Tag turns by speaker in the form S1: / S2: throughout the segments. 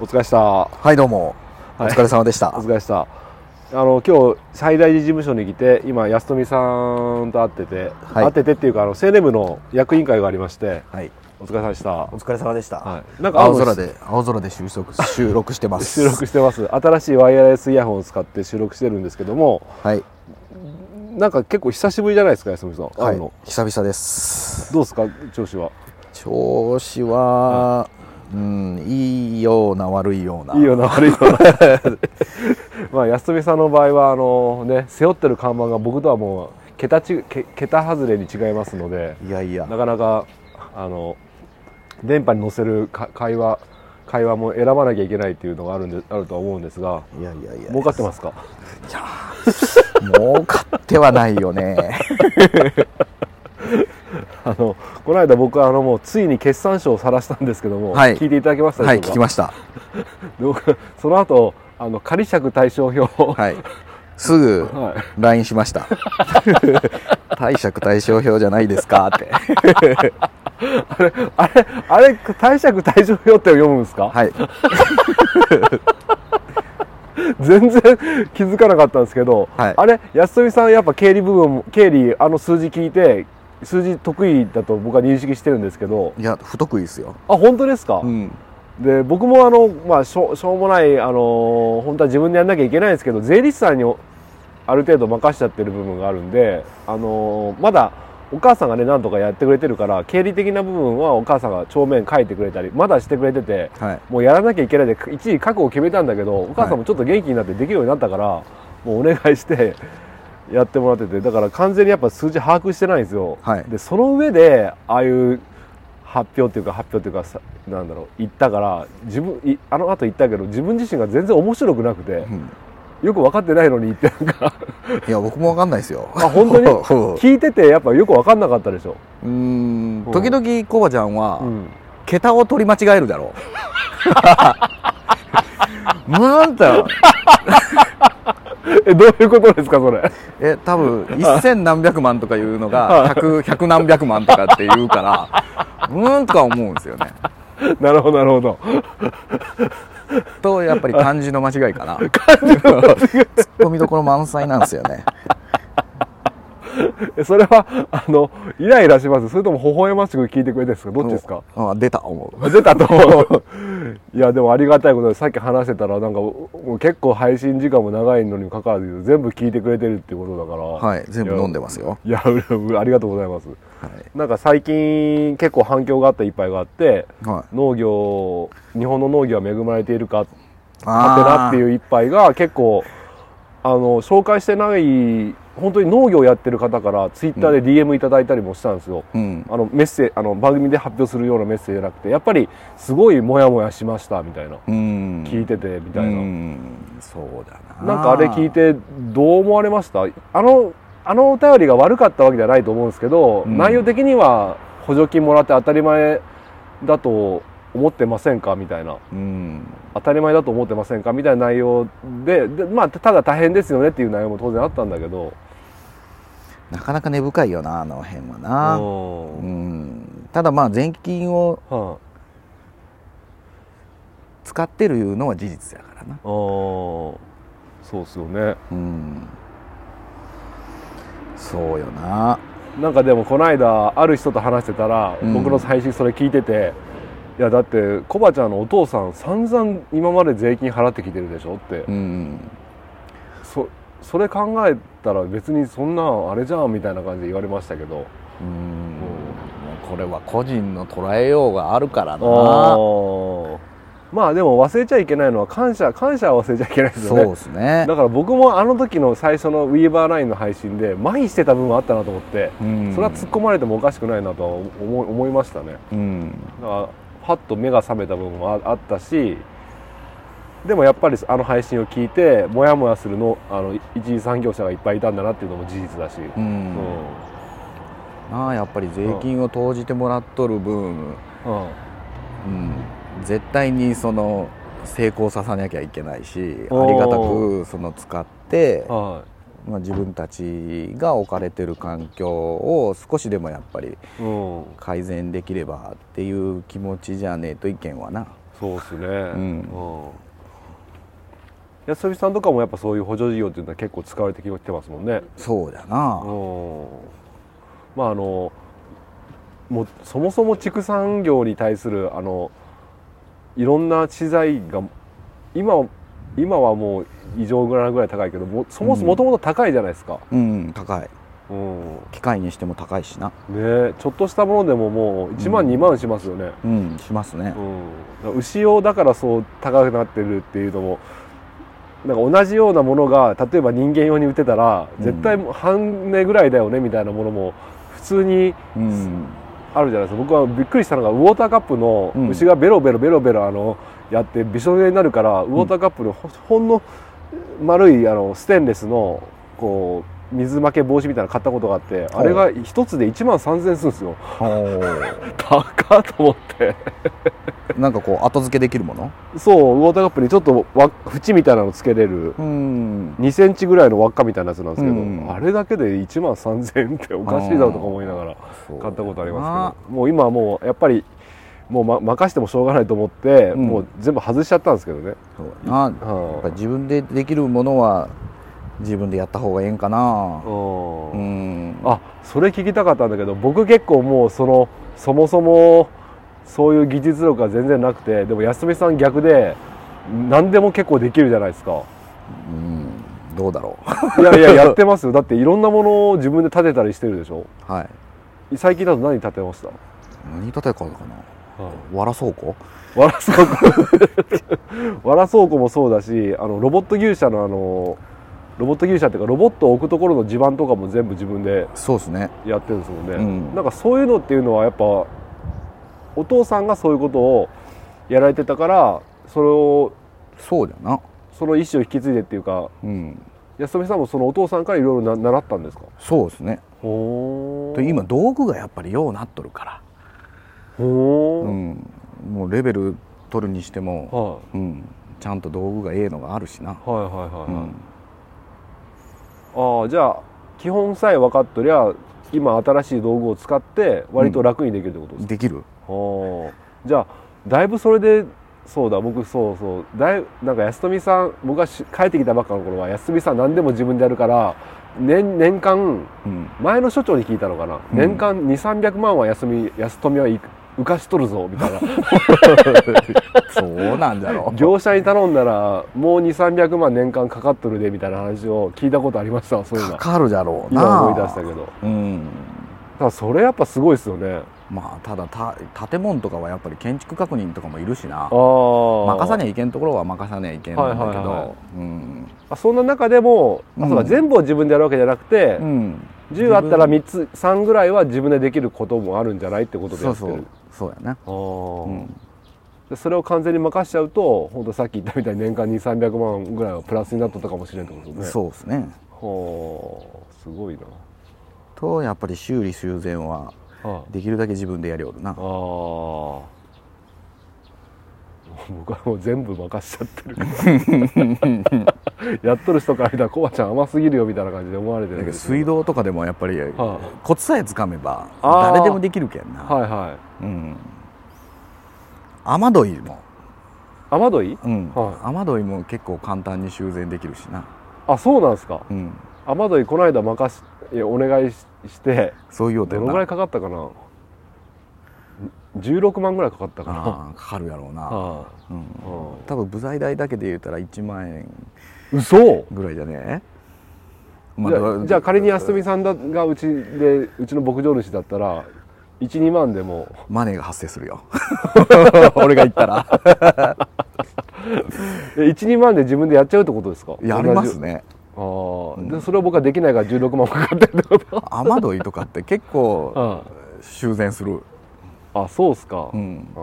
S1: お疲れした
S2: はいどうも、
S1: はい
S2: お疲れ様でした
S1: お疲れしたあの今日最大寺事務所に来て今安富さんと会ってて、
S2: はい
S1: 会っててっていうかあの青年部の役員会がありまして
S2: はい
S1: お疲れさんでした、
S2: お疲れ様でした、
S1: はい、なんか
S2: 青空で青空で収録収録してま す
S1: 収録してます新しいワイヤレスイヤホンを使って収録してるんですけども
S2: はい、
S1: なんか結構久しぶりじゃないですか安富さん
S2: は
S1: 会
S2: いう
S1: の、
S2: 久々です
S1: どうですか調子は
S2: 調子は、うんいいような悪いようない
S1: いよな悪いよな まあ安富さんの場合はあのね背負ってる看板が僕とはもう桁ちけ桁外れに違いますので
S2: いやいや
S1: なかなかあの電波に乗せるか会話会話も選ばなきゃいけないっていうのがあるんであるとは思うんですが
S2: いやいやいや
S1: 儲かってますか
S2: 儲かってはない よね
S1: あのこの間僕はあのもうついに決算書を晒したんですけども、
S2: はい
S1: 聞いていただけました
S2: は
S1: で
S2: い
S1: しょ
S2: 聞
S1: う
S2: き
S1: か、
S2: ました
S1: で僕その後あの仮釈対象表を、
S2: はいすぐ
S1: はい
S2: LINE し ました貸借対照表じゃないですかって
S1: あれあれあれ貸借対象表って読むんですか、
S2: はい
S1: 全然気づかなかったんですけど、
S2: はい
S1: あれ安富さんやっぱ経理部分も経理あの数字聞いて数字得意だと僕は認識してるんですけど
S2: いや不得意ですよ
S1: あ本当ですか、
S2: うん
S1: で僕もあの、まあ、しょうしょうもないあの本当は自分でやんなきゃいけないんですけど税理士さんにおある程度任しちゃってる部分があるんであのまだお母さんがね何とかやってくれてるから経理的な部分はお母さんが帳面書いてくれたりまだしてくれてて
S2: はい
S1: もうやらなきゃいけないで一位覚悟を決めたんだけどお母さんもちょっと元気になってできるようになったから、もうお願いして やってもらっててだから完全にやっぱ数字把握してないんですよ、
S2: はい
S1: でその上でああいう発表っていうか発表っていうかさなんだろう言ったから自分いあの後言ったけど自分自身が全然面白くなくて
S2: うん
S1: よく分かってないのに言って なんか
S2: いや僕もわかんないですよ
S1: あ本当に
S2: うん
S1: 聞いててやっぱよく分かんなかったでしょ、
S2: うーん時々コバちゃんは、
S1: うん
S2: 桁を取り間違えるだろうもうなんだ
S1: えどういうことですかそれ
S2: え多分一千何百万とかいうのが百百何百万とかって言うからうーんとか思うんですよね
S1: なるほどなるほど
S2: とやっぱり漢字の間違いかなツッコミどころ満載なんですよね
S1: えそれは あのイライラしますそれとも微笑ましく聞いてくれてるんですかどっちですか
S2: あ出た思う
S1: 出たと 思ういやでもありがたいことでさっき話してたらなんかもう結構配信時間も長いのにもかかわらず全部聞いてくれてるっていうことだから
S2: はい全部飲んでますよ
S1: いやいやありがとうございます
S2: はい、
S1: なんか最近結構反響があった一杯があって
S2: はい、
S1: 農業日本の農業は恵まれているか
S2: あ
S1: はてなって
S2: う
S1: いう一杯が結構あの紹介してない本当に農業やってる方からツイッターで DM いただいたりもしたんですよ、
S2: うん
S1: あのメッセあの番組で発表するようなメッセージじゃなくてやっぱりすごいモヤモヤしましたみたいな
S2: うん
S1: 聞いててみたいな、
S2: うんそうだな
S1: なんかあれ聞いてどう思われましたあのあのお便りが悪かったわけじゃないと思うんですけど、
S2: うん
S1: 内容的には補助金もらって当たり前だと思ってませんかみたいな
S2: うん
S1: 当たり前だと思ってませんかみたいな内容でで、まあ、ただ大変ですよねっていう内容も当然あったんだけど
S2: なかなか根深いよなあの辺はな
S1: うん
S2: うんただまあ税金を
S1: は
S2: 使ってるいうのは事実やからな
S1: あ、そうっすよね
S2: うんそうよな
S1: なんかでもこの間ある人と話してたら、
S2: うん
S1: 僕の配信それ聞いてていやだってコバちゃんのお父さん散々今まで税金払ってきてるでしょって、
S2: うん
S1: そそれ考えたら別にそんなあれじゃんみたいな感じで言われましたけど
S2: うん
S1: も
S2: これは個人の捉えようがあるから
S1: あ
S2: な
S1: ーまあでも忘れちゃいけないのは感謝感謝は忘れちゃいけないですよ
S2: そう
S1: ね
S2: ですね
S1: だから僕もあの時の最初のウィーバーラインの配信で麻痺してた部分はあったなと思って、
S2: うん
S1: それは突っ込まれてもおかしくないなとは思い思いましたね
S2: うん
S1: だからパッと目が覚めた部分もああったしでもやっぱりあの配信を聞いてモヤモヤするのあの一次産業者がいっぱいいたんだなっていうのも事実だし、
S2: う
S1: うん
S2: んなあやっぱり税金を投じてもらっとる分
S1: うん
S2: うん絶対にその成功させなきゃいけないし
S1: おー
S2: ありがたくその使って
S1: は
S2: まあ、自分たちが置かれてる環境を少しでもやっぱり
S1: いうん
S2: 改善できればっていう気持ちじゃねえと意見はな
S1: そうですね、
S2: ん
S1: うん安富さんとかもやっぱそういう補助事業っていうのは結構使われてきてますもんね
S2: そうだ
S1: う
S2: なん
S1: まああのもうそもそも畜産業に対するあのいろんな資材が今は今はもう異常ぐらいぐらい高いけどもそもそももともと高いじゃないですか、
S2: うん高い
S1: うん
S2: 機械にしても高いしな
S1: ねえちょっとしたものでももう1万2万しますよね、
S2: うんしますね
S1: うん、牛をだからそう高くなってるっていうのもなんか同じようなものが例えば人間用に売ってたら
S2: うん
S1: 絶対半値ぐらいだよねみたいなものも普通に
S2: うん
S1: あるじゃないですか僕はびっくりしたのがウォーターカップの
S2: うん
S1: 牛がベロベロベロベロあのやってびしょ濡れになるからウォーターカップのほほんの丸いあのステンレスのこう水負け防止みたいなの買ったことがあってあれが一つで1万3000円するんですよ
S2: おー
S1: 高っと思って。
S2: なんかこう後付けできるもの
S1: そうウォーターカップにちょっとわ縁みたいなのつけれる
S2: うん
S1: 2センチぐらいの輪っかみたいなやつなんですけど、
S2: うん
S1: あれだけで1万3000円っておかしいだろうとか思いながら買ったことありますけどもう今はもうやっぱりもう、ま、任してもしょうがないと思って、
S2: うん
S1: もう全部外しちゃったんですけどね、
S2: けどそうだなやっぱ
S1: は
S2: 自分でできるものは自分でやった方がええんかな
S1: あうん
S2: うん
S1: あそれ聞きたかったんだけど僕結構もうそのそもそもそういう技術力が全然なくてでも安見さん逆で何でも結構できるじゃないです か。
S2: うんどうだろ
S1: いやいややってますよだっていろんなものを自分で建てたりしてるでしょ
S2: う はい
S1: 最近だと何建てました、
S2: 何建てたかなわら倉庫
S1: わら倉 庫わら倉庫もそうだしあのロボット牛舎のあのロボット牛舎っていうかロボットを置くところの地盤とかも全部自分で
S2: そうですね
S1: やってるんですもんね、
S2: うん
S1: なんかそういうのっていうのはやっぱお父さんがそういうことをやられてたからそれを
S2: そうだな
S1: その意思を引き継いでっていうか
S2: うん
S1: 安富さんもそのお父さんからいろいろな習ったんですか
S2: そうですね
S1: ほ
S2: で今道具がやっぱりようなっとるから
S1: ほー
S2: うんもうレベル取るにしても
S1: はい、
S2: うんちゃんと道具がええのがあるしな
S1: はいはいは
S2: う
S1: いはい、
S2: ん
S1: ああじゃあ基本さえ分かっとりゃ今新しい道具を使って割と楽にできるってことです
S2: できる
S1: か、ああじゃあだいぶそれでそうだ僕そうそうだいなんか安富さん僕がし帰ってきたばっかの頃は安富さん何でも自分でやるから年年間
S2: うん
S1: 前の所長に聞いたのかな、
S2: うん
S1: 年間2 3 0 0万は安み安富はい浮かしとるぞみた いな
S2: そうなんだろう
S1: 業者に頼んだらもう2 3 0 0万年間かかっとるでみたいな話を聞いたことありましたわそういう
S2: か
S1: の
S2: かるだろうな
S1: 今思い出したけど
S2: うん
S1: だからそれやっぱすごいですよね
S2: まあただた建物とかはやっぱり建築確認とかもいるしな
S1: あ
S2: 任さ
S1: ね
S2: にゃいけんところは任さにゃいけんんだけど、
S1: はいはいは
S2: うん、
S1: そんな中でも、あそう
S2: う
S1: か
S2: ん
S1: 全部を自分でやるわけじゃなくて、
S2: うん、
S1: 10あったら3つ3ぐらいは自分でできることもあるんじゃないってことで
S2: そ
S1: や
S2: う
S1: ってる
S2: そうそうやな、
S1: あー
S2: うん、
S1: でそれを完全に任しちゃうと本当さっき言ったみたいに年間2 3 0 0万ぐらいはプラスになっとったかもしれんってことね
S2: そうですね
S1: ほーすごいな
S2: とやっぱり修理修繕は
S1: あ
S2: できるだけ自分でやりおるな
S1: あー僕はもう全部任しちゃってるからやっとる人から見たらコバちゃん甘すぎるよみたいな感じで思われて
S2: だ
S1: る
S2: け
S1: ん
S2: ど
S1: ですけど
S2: 水道とかでもやっぱり
S1: は
S2: コツさえつかめば
S1: あー
S2: 誰でもできるけんな、
S1: はいはい
S2: うん、雨どいも、
S1: 雨どい
S2: うん
S1: は
S2: 雨どいも結構簡単に修繕できるしな、
S1: あそうなんですか
S2: うん、
S1: 雨どいこの間任しいやお願いしして
S2: そういうようだ
S1: ど
S2: よ
S1: のぐら
S2: ない
S1: かかったかな16万ぐらいかかったかな
S2: あーかかるやろうな、
S1: は
S2: うん
S1: い、うん
S2: 多分部材代だけで言ったら1万円
S1: 嘘
S2: ぐらいじゃねえ、
S1: じゃあじゃあ仮に安住さんだがうちでうちの牧場主だったら12万でも
S2: マネーが発生するよ 俺が言ったら
S1: 12万で自分でやっちゃうってことですか
S2: やりますね
S1: ああ、でそれを僕はできないから16万かかってるってこと
S2: 雨どいとかって結構
S1: あ
S2: 修繕する、
S1: あそうっすか、あ
S2: うん
S1: あ、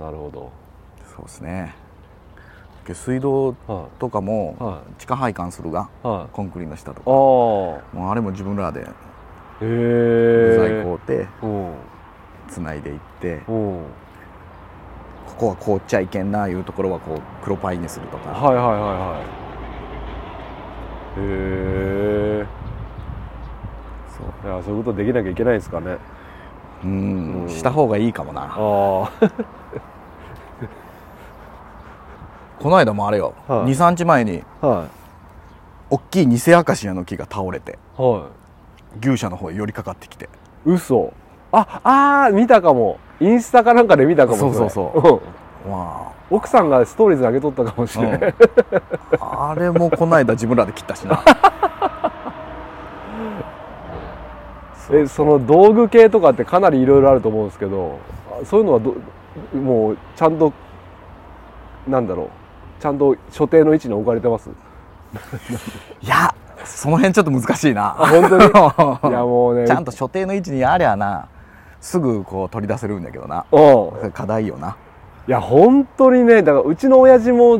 S1: なるほど
S2: そうですねけ水道
S1: は
S2: とかも
S1: いは
S2: 地下配管するが
S1: いはい
S2: コンクリの下とか
S1: ああ
S2: もうあれも自分らで
S1: へ
S2: 部
S1: え
S2: 材買うて
S1: うん
S2: つないでいって
S1: うんはい
S2: ここは凍っちゃいけんないうところはこう黒パイにするとか
S1: はいはいはいへえ
S2: そう
S1: いやそういうことできなきゃいけないんですかね
S2: うん
S1: うん
S2: した方がいいかもな
S1: ああ
S2: この間もあれよ、
S1: はい
S2: 23日前に
S1: は
S2: 大きい偽アカシアの木が倒れて
S1: いは
S2: 牛舎の方へ寄りかかってきて
S1: い嘘ああー見たかもインスタかなんかで見たかも
S2: そうそうそう
S1: それん
S2: ま
S1: 奥さんがストーリーズ上げとったかもし
S2: あ、
S1: れない、
S2: うんあれもこの間自分らで切ったし なそ う
S1: えその道具系とかってかなりいろいろあると思うんですけどあそういうのはどもうちゃんとなんだろうちゃんと所定の位置に置かれてます
S2: いやその辺ちょっと難しい
S1: あ
S2: な
S1: 本当に いやもうね
S2: ちゃんと所定の位置にありゃなすぐこう取り出せるんだけどな
S1: うん
S2: 課題よない
S1: や本当にねだからうちの親父も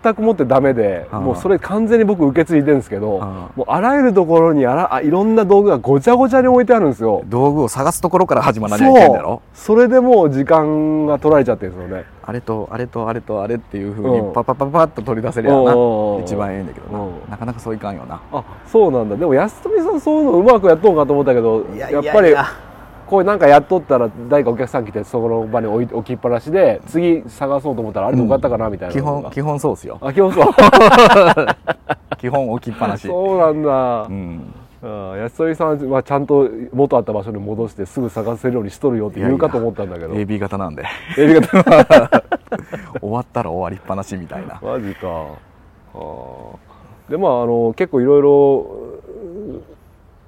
S1: 全くもってダメで
S2: うん
S1: もうそれ完全に僕受け継いでるんですけど
S2: うん
S1: もうあらゆるところにあらあいろんな道具がごちゃごちゃに置いてあるんですよ
S2: 道具を探すところから始まらないといけんだ
S1: そ
S2: ろ
S1: うそれでもう時間が取られちゃってるんですよね
S2: あれとあれとあれとあれっていうふう
S1: うん
S2: にパパパパッと取り出せりゃ
S1: うん
S2: な
S1: うんうん
S2: 一番ええんだけど
S1: うん
S2: ななかなかそういかんよな
S1: あそうなんだでも安富さんそういうのうまくやっとんかと思ったけどやっぱりこうなんかやっとったら誰かお客さん来てそこの場に置い置きっぱなしで次探そうと思ったらあれどこやったかなみたいな
S2: 基
S1: のが、
S2: 本基本そうっすよ
S1: あ基本 そう
S2: 基本置きっぱなし
S1: そうなんだ、
S2: うん
S1: うん安富さんはちゃんと元あった場所に戻してすぐ探せるようにしとるよって言うかと思ったんだけど
S2: AB 型なんで
S1: やり方
S2: 終わったら終わりっぱなしみた いな
S1: マジかあーでまああの結構いろいろ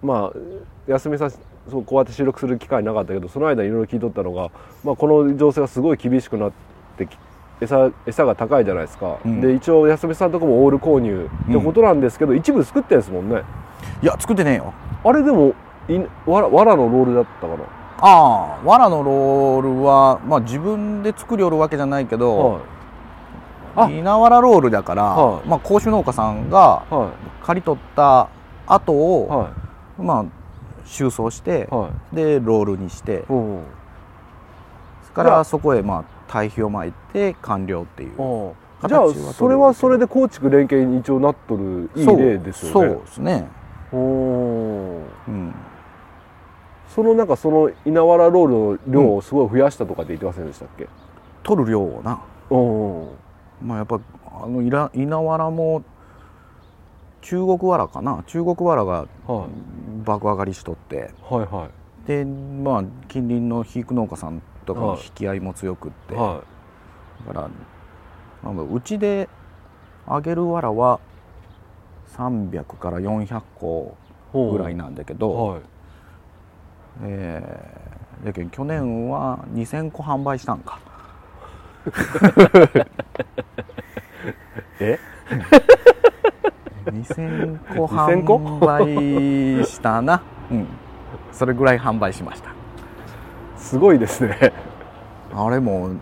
S1: まあ安富さんそうこうやって収録する機会なかったけどその間いろいろ聞いとったのが、まあ、この情勢がすごい厳しくなってき餌餌が高いじゃないですか、
S2: うん
S1: で一応安富さんとこもオール購入ってことなんですけど、一部作ってんですもんね
S2: いや作ってねえよ
S1: あれでもいわらわらのロールだったかな
S2: ああ藁のロールはまあ自分で作りおるわけじゃないけど
S1: はいあ
S2: 稲わらロールだから
S1: はい
S2: まあ甲州農家さんが
S1: は
S2: 刈り取った後
S1: い
S2: を
S1: は
S2: まあ収穫して
S1: いはい
S2: でロールにして
S1: うん
S2: それか
S1: じゃあ
S2: らそこへまあ堆肥をまいて完了っていう
S1: じゃ
S2: 形は取れるけ
S1: あ
S2: ど
S1: それはそれで構築連携に一応なっとるいい例ですよね
S2: そうそうですね
S1: そうおー
S2: うん
S1: そのなんかその稲わらロールの量をすごい増やしたとかって言ってませんでしたっけ、
S2: 取る量をな
S1: うん、は
S2: まあやっぱあのいら稲わらも中国わらかな中国わらが
S1: い
S2: 爆上がりしとって
S1: はいは
S2: でまあ近隣の肥育農家さんとかの引き合いも強くって、
S1: いは
S2: だからなんだろううちであげるわらは300から400個
S1: い
S2: ぐらいなんだけど、
S1: はい
S2: えーだけど去年は2000個販売したんか
S1: え
S2: 2000個
S1: 2000個
S2: 販売したな、うん、それぐらい販売しました
S1: すごいですね
S2: あれも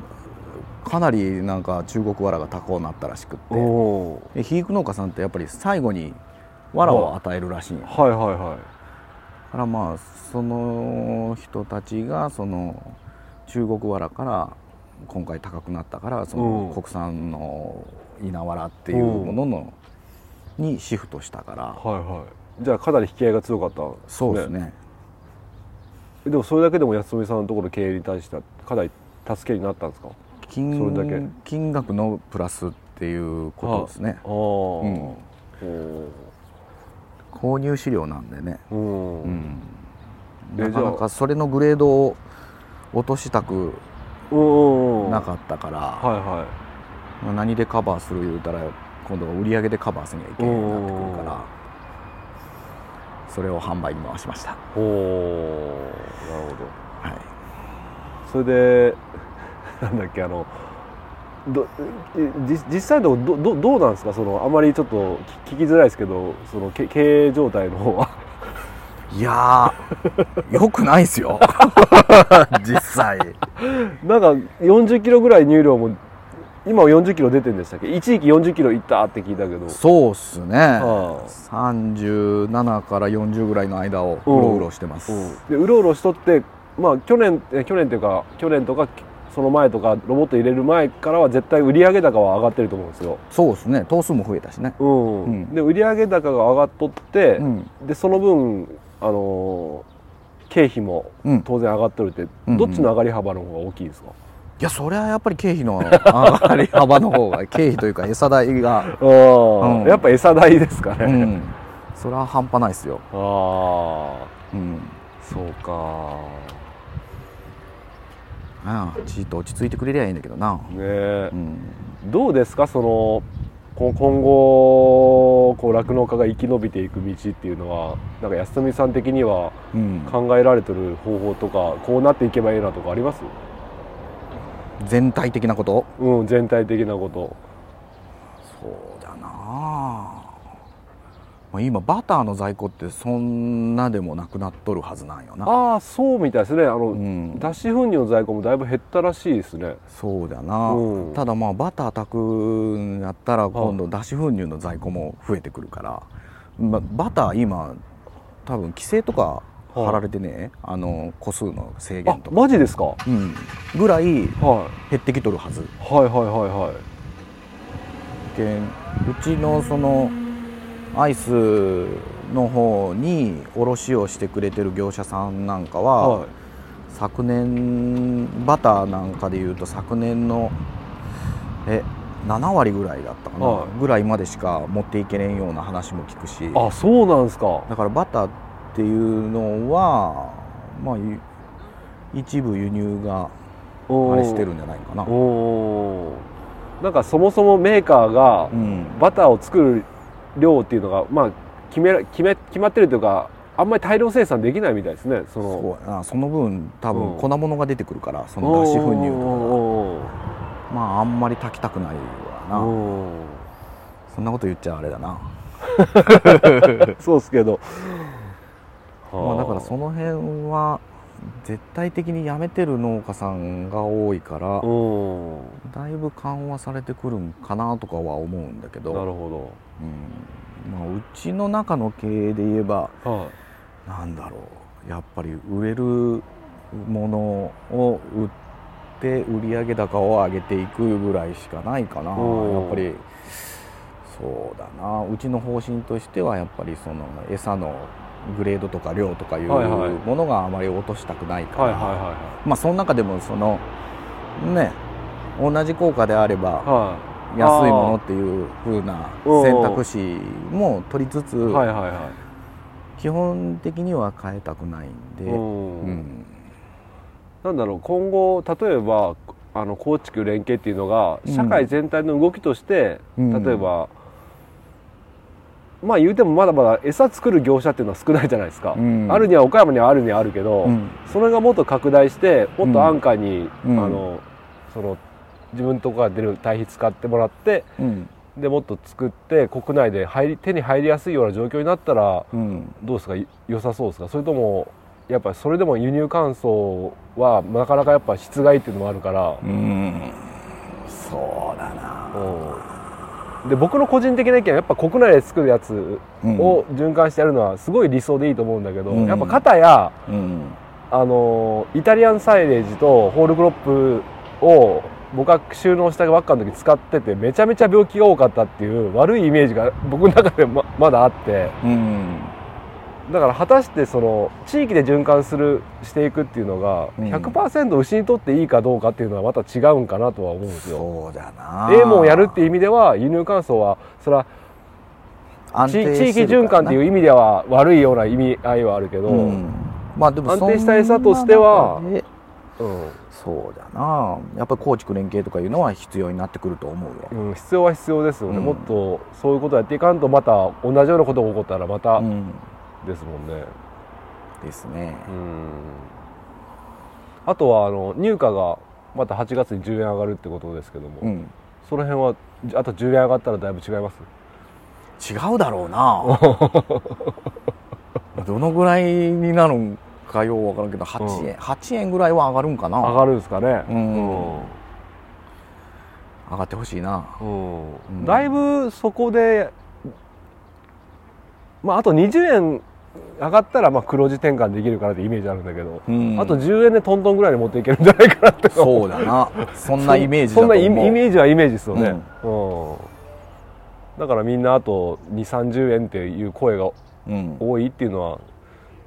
S2: かなりなんか中国わらが高うなったらしくって
S1: おお
S2: で肥育農家さんってやっぱり最後に藁を与えるらしいんやだ
S1: はいはいはい
S2: からまあその人たちがその中国藁から今回高くなったからそ
S1: うん
S2: の国産の稲藁っていうもののにシフトしたから
S1: はいはいじゃあかなり引き合いが強かったん
S2: そうですね
S1: でもそれだけでも安富さんのところの経営に対してはかなり助けになったんですかそれだけ
S2: 金金額のプラスっていうことですね
S1: ああ、お
S2: 購入資料なんでね
S1: ーうんう
S2: うんん
S1: で
S2: なかな
S1: じゃあ
S2: かそれのグレードを落としたく
S1: うんうん
S2: なかったから、
S1: はいはい
S2: 何でカバーする言うたら今度は売り上げでカバーせにはいけへんようになってくるからそれを販売に回しました、
S1: おおなるほど
S2: はい、
S1: それで なんだっけあのどじ実際のどどどうなんですかそのあまりちょっと聞聞きづらいですけどそのけ経営状態の方は
S2: いやー よくないっすよ実際
S1: なんか40キロぐらい乳量も今は40キロ出てるんでしたっけ一時期40キロいったって聞いたけど
S2: そうっすね、
S1: ああ
S2: 37から40ぐらいの間をうろうろしてます、
S1: でうろうろしとってまあ去年え去年というか去年とかその前とかロボット入れる前からは絶対売上高は上がってると思うんですよ、
S2: そうっすね頭数も増えたしね、
S1: うん
S2: うん
S1: で売上高が上がっとって、
S2: うん
S1: でその分、あのー経費も
S2: うん、
S1: 当然上がっとるって、
S2: うん
S1: どっちの上がり幅の方が大きいですか、
S2: いやそれはやっぱり経費 の上がり幅の方が経費というか餌代が、
S1: うん
S2: うん
S1: やっぱ餌代ですか
S2: う
S1: ね、
S2: ん、それは半端ないですよ、
S1: あ
S2: うん、
S1: あそうか
S2: ああちっと落ち着いてくれりゃいいんだけどな、
S1: ねえ
S2: うん、
S1: どうですかそのこ今後こう酪農家が生き延びていく道っていうのはなんか安富さん的には
S2: うん、
S1: 考えられてる方法とかこうなっていけばいいなとかあります
S2: 全体的なこと
S1: うん全体的なこと
S2: そうだなあまあ今バターの在庫ってそんなでもなくなっとるはずなんよな
S1: ああそうみたいですねあの、
S2: うん
S1: 脱脂粉乳の在庫もだいぶ減ったらしいですね
S2: そうだな、
S1: うん
S2: ただまあバター炊くんやったら今度脱脂粉乳の在庫も増えてくるから、ま、バター今多分規制とか貼られてね、あの個数の制
S1: あ
S2: 限とか、
S1: マジですか、は
S2: うん、ぐらい減
S1: い、は
S2: ってきとるはず
S1: いはいはいはい
S2: けんうちのそのアイスの方に卸をしてくれてる業者さんなんかは、
S1: はい
S2: 昨年バターなんかでいうと昨年のえ7割ぐらいだったかな、
S1: はい
S2: ぐらいまでしか持っていけねんような話も聞くし
S1: あそうなんですか
S2: だからバターっていうのはまあゆ一部輸入があれしてるんじゃないかな
S1: おおなんかそもそもメーカーが
S2: うん
S1: バターを作る量っていうのがまあ決めら決め決まってるというかあんまり大量生産できないみたいですねその
S2: そうやなその分多
S1: うん
S2: 分粉物が出てくるからその
S1: おー
S2: 脱脂粉乳と
S1: おー
S2: かまああんまり炊きたくないわな
S1: おー
S2: そんなこと言っちゃあれだ な
S1: そうですけど
S2: まあ、だからそ
S1: の
S2: の辺は絶対的にやめてる農家さんが多いから
S1: うん
S2: だいぶ緩和されてくるんかなとかは思うんだけど
S1: なるほ
S2: うんまあ、うちの中の経営で言えば
S1: どはい
S2: なんだろうやっぱり売れるものを売って売上高を上げていくぐらいしかないかなや
S1: おー
S2: っぱりそうだなうちの方針としてはやっぱりその餌のグレードとか量とかいう
S1: はいはい
S2: ものがあまり落としたくないから、
S1: はいは
S2: まあその中でもそのね同じ効果であれば、
S1: いは
S2: 安いものっていう風な選択肢も取りつつ、
S1: いはいはいはいは
S2: 基本的には変えたくないんで、
S1: いうん
S2: うん
S1: なんだろう今後例えばあの耕畜連携っていうのが
S2: うん
S1: 社会全体の動きとして、
S2: うん
S1: 例えばまあ言うてもまだまだ餌作る業者っていうのは少ないじゃないですか、
S2: うん
S1: あるには岡山にはあるにはあるけど、
S2: うん
S1: それがもっと拡大してもっと安価に、
S2: うん
S1: あのその自分とこが出る堆肥使ってもらって
S2: うん
S1: でもっと作って国内で入り手に入りやすいような状況になったら
S2: うん
S1: どうですかい良さそうですかそれともやっぱりそれでも輸入乾燥はなかなかやっぱ質がいいっていうのもあるから
S2: う、んそうだな、
S1: うんで僕の個人的な意見はやっぱ国内で作るやつ
S2: うん
S1: を循環してやるのはすごい理想でいいと思うんだけど、
S2: うん
S1: やっぱ片や
S2: うん
S1: あのイタリアンサイレージとホールクロップを僕が収納したばっかの時使っててめちゃめちゃ病気が多かったっていう悪いイメージが僕の中でままだあって。
S2: うん
S1: だから果たしてその地域で循環するしていくっていうのが
S2: うん
S1: 100%牛にとっていいかどうかっていうのはまた違うんかなとは思うんですよ。
S2: そうだな
S1: ええもんやるっていう意味では輸入乾燥はそれは
S2: 安
S1: 地
S2: 定
S1: 地
S2: して
S1: 域
S2: るから
S1: 循環っていうう意味では悪いような意味合いはあるけど、うん
S2: んまあでもそんな
S1: 安定した餌としては
S2: 中でそうだなやっぱり耕畜連携とかいうのは必要になってくると思うよ、
S1: うん必要は必要ですよね、
S2: うん
S1: もっとそういうことやっていかんとまた同じようなことが起こったらまた
S2: うん
S1: ですもんね。
S2: ですね
S1: うんあとはあの入荷がまた8月に10円上がるってことですけども。
S2: うん
S1: その辺はじあと10円上がったらだいぶ違います
S2: 違うだろう などのぐらいになるんかようわからんけど8円、8円ぐらいは上がるんかな
S1: 上がるんですかね
S2: うん上がってほしいな
S1: うん
S2: うん
S1: だいぶそこでまああと20円上がったらまあ黒字転換できるかなってイメージあるんだけど、
S2: うん
S1: あと10円でトントンぐらいに持っていけるんじゃないかなってう
S2: そうだなそんなイメージ
S1: そ
S2: だと
S1: んな
S2: 思う
S1: イメイメージはイメージですよね、うんだからみんなあと2 3 0円っていう声が
S2: うん
S1: 多いっていうのは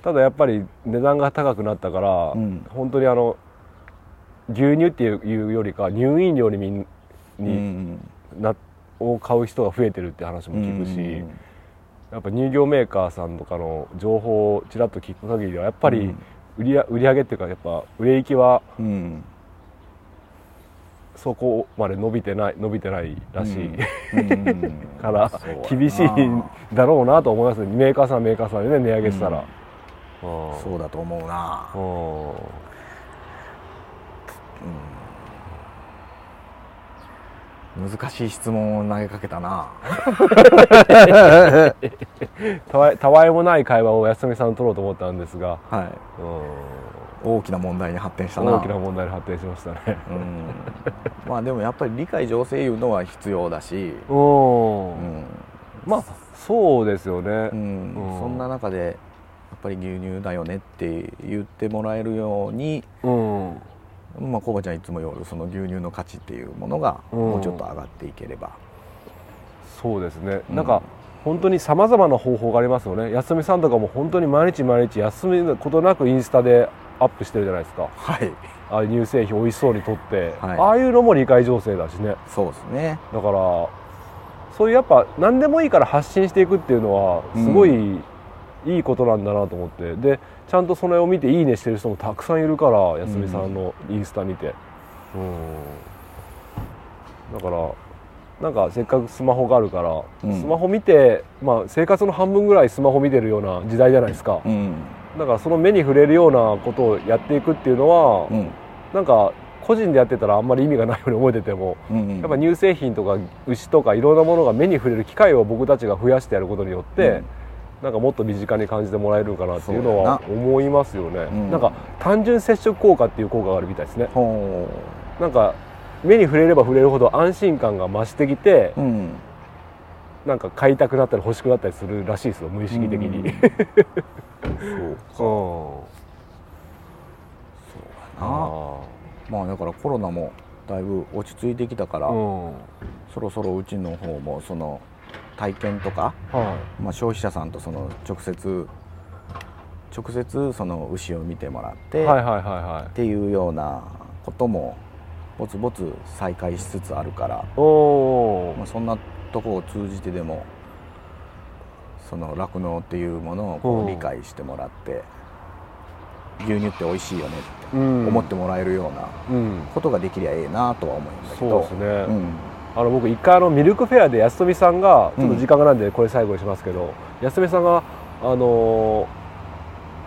S1: ただやっぱり値段が高くなったから、
S2: うん
S1: 本当にあの牛乳っていうよりか乳飲料にみん
S2: うん
S1: になを買う人が増えてるって話も聞くし、やっぱ乳業メーカーさんとかの情報をちらっと聞く限りはやっぱ
S2: う
S1: り
S2: ん
S1: 売り,、売り上げっていうかやっぱ売れ行きは
S2: うんうん
S1: そこまで伸びてない伸びてないらしい、
S2: うん
S1: から
S2: そうやな
S1: 厳しいんだろうなと思いますねメーカーさんメーカーさんでね値上げしたら、うん
S2: そうだと思うな
S1: うん
S2: 難しい質問を投げかけたな
S1: たわいたわいもない会話を安みさんと取ろうと思ったんですが、
S2: はい
S1: うん
S2: 大きな問題に発展したな
S1: 大きな問題に発展しましたね。
S2: うん まあでもやっぱり理解情勢いうのは必要だし、
S1: う
S2: うんん
S1: まあそうですよね
S2: う。ん
S1: うん
S2: そんな中でやっぱり牛乳だよねって言ってもらえるように
S1: うん、
S2: まあコバちゃんいつも夜その牛乳の価値っていうものが
S1: うん
S2: もうちょっと上がっていければ、
S1: そうですね。
S2: うん
S1: なんか本当にさまざまな方法がありますよね。安みさんとかも本当に毎日毎日休みことなくインスタでアップしてるじゃないですか。
S2: はい
S1: ああいう乳製品美味しそうにとって、
S2: はい
S1: ああいうのも理解情勢だしね。
S2: そうですね
S1: だからそういうやっぱ何でもいいから発信していくっていうのはすごい、
S2: う
S1: いいことなんだなと思ってでちゃんとそれを見て「いいね」してる人もたくさんいるから安みさんのインスタ見て、うんだからなんかせっかくスマホがあるから、
S2: うん
S1: スマホ見て、まあ、生活の半分ぐらいスマホ見てるような時代じゃないですか、
S2: うん
S1: だからその目に触れるようなことをやっていくっていうのは、
S2: うん
S1: なんか個人でやってたらあんまり意味がないように思えてても、
S2: うん
S1: やっぱ乳製品とか牛とかいろんなものが目に触れる機会を僕たちが増やしてやることによって、
S2: うん
S1: なんかもっと身近に感じてもらえるかなっていうのは
S2: そう
S1: 思いますよね、
S2: ん
S1: なんか単純接触効果っていう効果があるみたいですね
S2: ほ
S1: なんか目に触れれば触れるほど安心感が増してきて
S2: う、うん、
S1: なんか買いたくなったり欲しくなったりするらしいですよ無意識的に、
S2: そうか
S1: うん、
S2: なまあだからコロナもだいぶ落ち着いてきたから、
S1: うんは
S2: そろそろうちの方もその体験とか、まあ、消費者さんとその直接直接その牛を見てもらっ
S1: い
S2: て、
S1: はいはいは
S2: っ
S1: いはい
S2: ていうようなこともぼつぼつ再開しつつあるから、
S1: おお
S2: まあ、そんなとこを通じてでもその酪農っていうものをこ
S1: うん
S2: う理解してもらって、牛乳って美味しいよねって
S1: 思
S2: 思ってもらえるような
S1: うん
S2: ことができりゃええなとは思うんだけど
S1: そうですね、
S2: うん
S1: あの僕一回あのミルクフェアで安富さんがちょっと時間がないんでこれ最後にしますけど、安富さんがあのー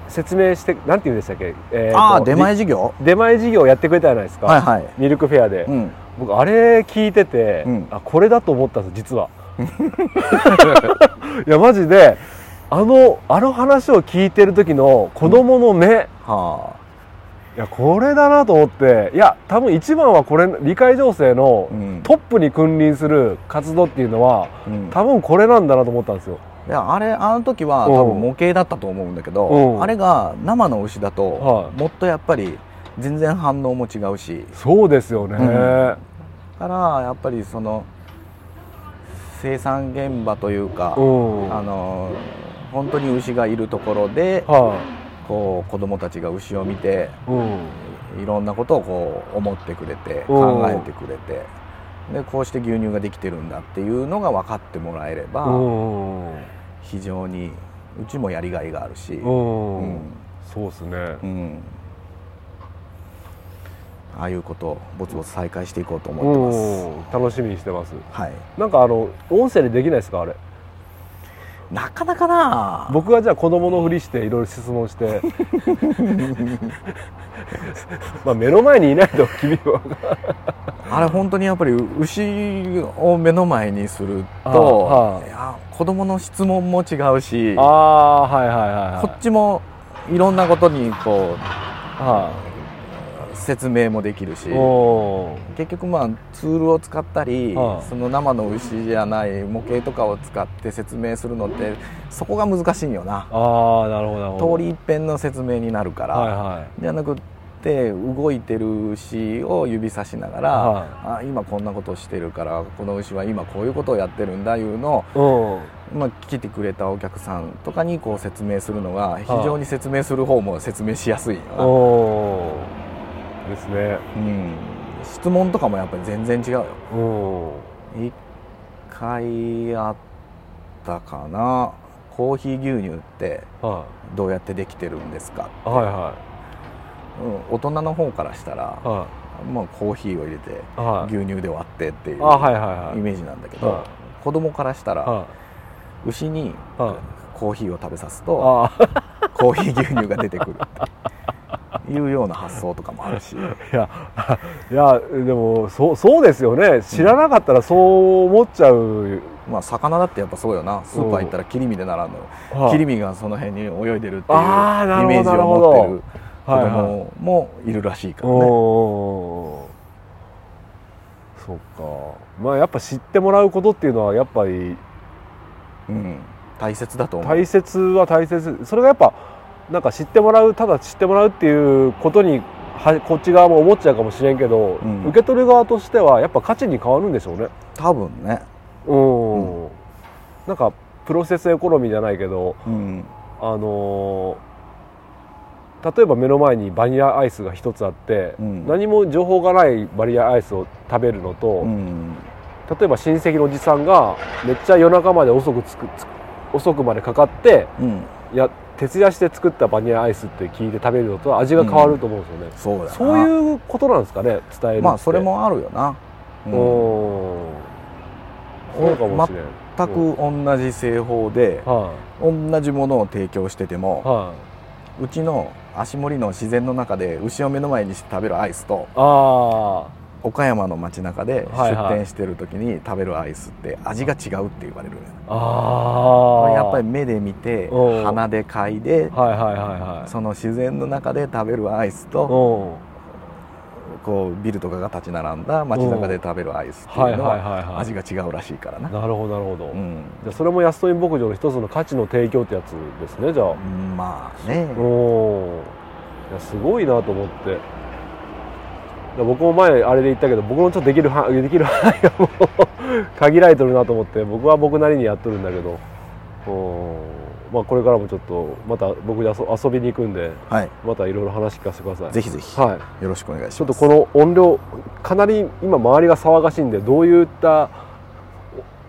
S1: 説明してなんて言うんでしたっけ、えーと
S2: ああ出前事業
S1: 出前事業やってくれたじゃないですか、
S2: はいはい
S1: ミルクフェアで、
S2: うん
S1: 僕あれ聞いてて、
S2: うん
S1: あこれだと思ったんです実は いやマジであのあの話を聞いてる時の子供の目、
S2: はい
S1: やこれだなと思っていや多分一番はこれ理解情勢の
S2: あうん
S1: トップに君臨する活動っていうのは
S2: うん
S1: 多分これなんだなと思ったんですよ
S2: いやあれあの時は
S1: うん
S2: 多分模型だったと思うんだけ
S1: うん
S2: どあれが生の牛だ
S1: は
S2: と
S1: い
S2: もっとやっぱり全然反応も違うし
S1: そうですよね、
S2: うんからやっぱりその生産現場というか
S1: うん
S2: あの本当に牛がいるところで
S1: は
S2: こう子供たちが牛を見て
S1: い、うん
S2: いろんなことをこう思ってくれて
S1: うん
S2: 考えてくれてでこうして牛乳ができてるんだっていうのが分かってもらえれば、
S1: うん
S2: 非常にうちもやりがいがあるし、
S1: うん
S2: うん
S1: そうですね、
S2: うんああいうことをぼつぼつ再開していこうと思ってます、
S1: うん楽しみにしてます
S2: はい、
S1: なんかあの音声でできないですかあれ
S2: なかなかな
S1: 僕がじゃあ子供のふりしていろいろ質問して まあ目の前にいないと君は 分か
S2: あれ本当にやっぱり牛を目の前にすると、
S1: はいはい
S2: いや子供の質問も違うし
S1: ああーはいはいはいはい
S2: こっちもいろんなことにこ
S1: は
S2: う説明もできるし
S1: い、おー
S2: 結局まあツールを使ったり、
S1: はい
S2: その生の牛じゃない模型とかを使って説明するのってそこが難しいんよな
S1: ああなるほどなるほど
S2: 通り一遍の説明になるから、
S1: はいはい
S2: じゃなくって動いてる牛を指さしながら、
S1: はい
S2: あ今こんなことしてるからこの牛は今こういうことをやってるんだいうの
S1: うん
S2: を、まあ、来てくれたお客さんとかにこう説明するのが非常に説明する方も説明しやすいよな、
S1: おーですね
S2: うん、質問とかもやっぱり全然違うよ
S1: うん
S2: 一回あったかなコーヒー牛乳って
S1: は
S2: どうやってできてるんですか、
S1: いはいは
S2: うん、大人の方からしたら
S1: い、は
S2: まあ、コーヒーを入れて
S1: いはい
S2: 牛乳で割ってっていう
S1: あはいはいはい
S2: イメージなんだけど、
S1: は
S2: 子供からした
S1: い
S2: ら
S1: は
S2: 牛に
S1: いはい
S2: コーヒーを食べさすと
S1: あ
S2: コーヒー牛乳が出てくるっていうような発想とかもあるし、
S1: いやいやでもそうそうですよね知らなかったらそう思っちゃう、
S2: まあ、魚だってやっぱそうよなスーパー行ったら切り身でならんのよ
S1: はい
S2: 切り身がその辺に泳いでるっていうイ
S1: あーなるほど
S2: メージを持ってる子
S1: はいはい
S2: 供もいるらしいからね、
S1: おーそっかまあやっぱ知ってもらうことっていうのはやっぱり
S2: うん、大切だと思う
S1: 大切は大切それがやっぱなんか知ってもらうただ知ってもらうっていうことにはこっち側も思っちゃうかもしれんけど、
S2: うん
S1: 受け取る側としてはやっぱ価値に変わるんでしょうね
S2: 多分ね、
S1: うん、なんかプロセスエコノミーじゃないけど
S2: うん
S1: あのー例えば目の前にバニラアイスが一つあって、
S2: うん
S1: 何も情報がないバニラアイスを食べるのと、
S2: うん
S1: 例えば親戚のおじさんがめっちゃ夜中まで遅くつくつく遅くまでかかって
S2: うん、
S1: や徹夜して作ったバニラアイスって聞いて食べるのと味が変わると思うんですよね、
S2: そうだな
S1: そういうことなんですかね伝えるって
S2: まあそれもあるよな、
S1: う
S2: う
S1: ん
S2: ん
S1: そうかもしれない、
S2: 全く同じ製法で
S1: は
S2: 同じものを提供してて
S1: い
S2: も
S1: はいう
S2: ちの足盛りの自然の中で牛を目の前にして食べるアイスと
S1: あ
S2: 岡山の街中で
S1: はい
S2: 出
S1: はい
S2: 店してる時に食べるアイスって味が違うって言われるのよ
S1: あああ
S2: やっぱり目で見て
S1: うん
S2: 鼻で嗅いで
S1: はいはいはいはい
S2: その自然の中で食べるアイスと
S1: うん
S2: こうビルとかが立ち並んだ街中で食べるアイスって
S1: はいいうはい
S2: の
S1: はい
S2: は
S1: はい
S2: 味が違うらしいからな、
S1: なるほどなるほど、
S2: うん
S1: じゃあそれも安富牧場の一つの価値の提供ってやつですねじゃあ、
S2: まあね
S1: おーいやすごいなと思って僕も前あれで言ったけど僕のちょっとできる範囲できる範囲がもう限られてるなと思って僕は僕なりにやっとるんだけどおーまあこれからもちょっとまた僕で遊遊びに行くんで
S2: はい
S1: またいろいろ話聞かせてください
S2: ぜひぜひ
S1: はい
S2: よろしくお願いします
S1: ちょっとこの音量かなり今周りが騒がしいんでどういったお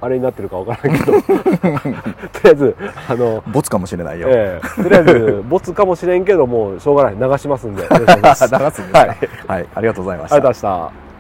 S1: あれになってるかわからないけ どとりあえずあの
S2: ボツかもしれないよ、
S1: ええとりあえずボツかも しれんけどもうしょうがない流しますんでよろしくお願いします
S2: 流すんですか、はい、ありがとうございました
S1: ありがとうございました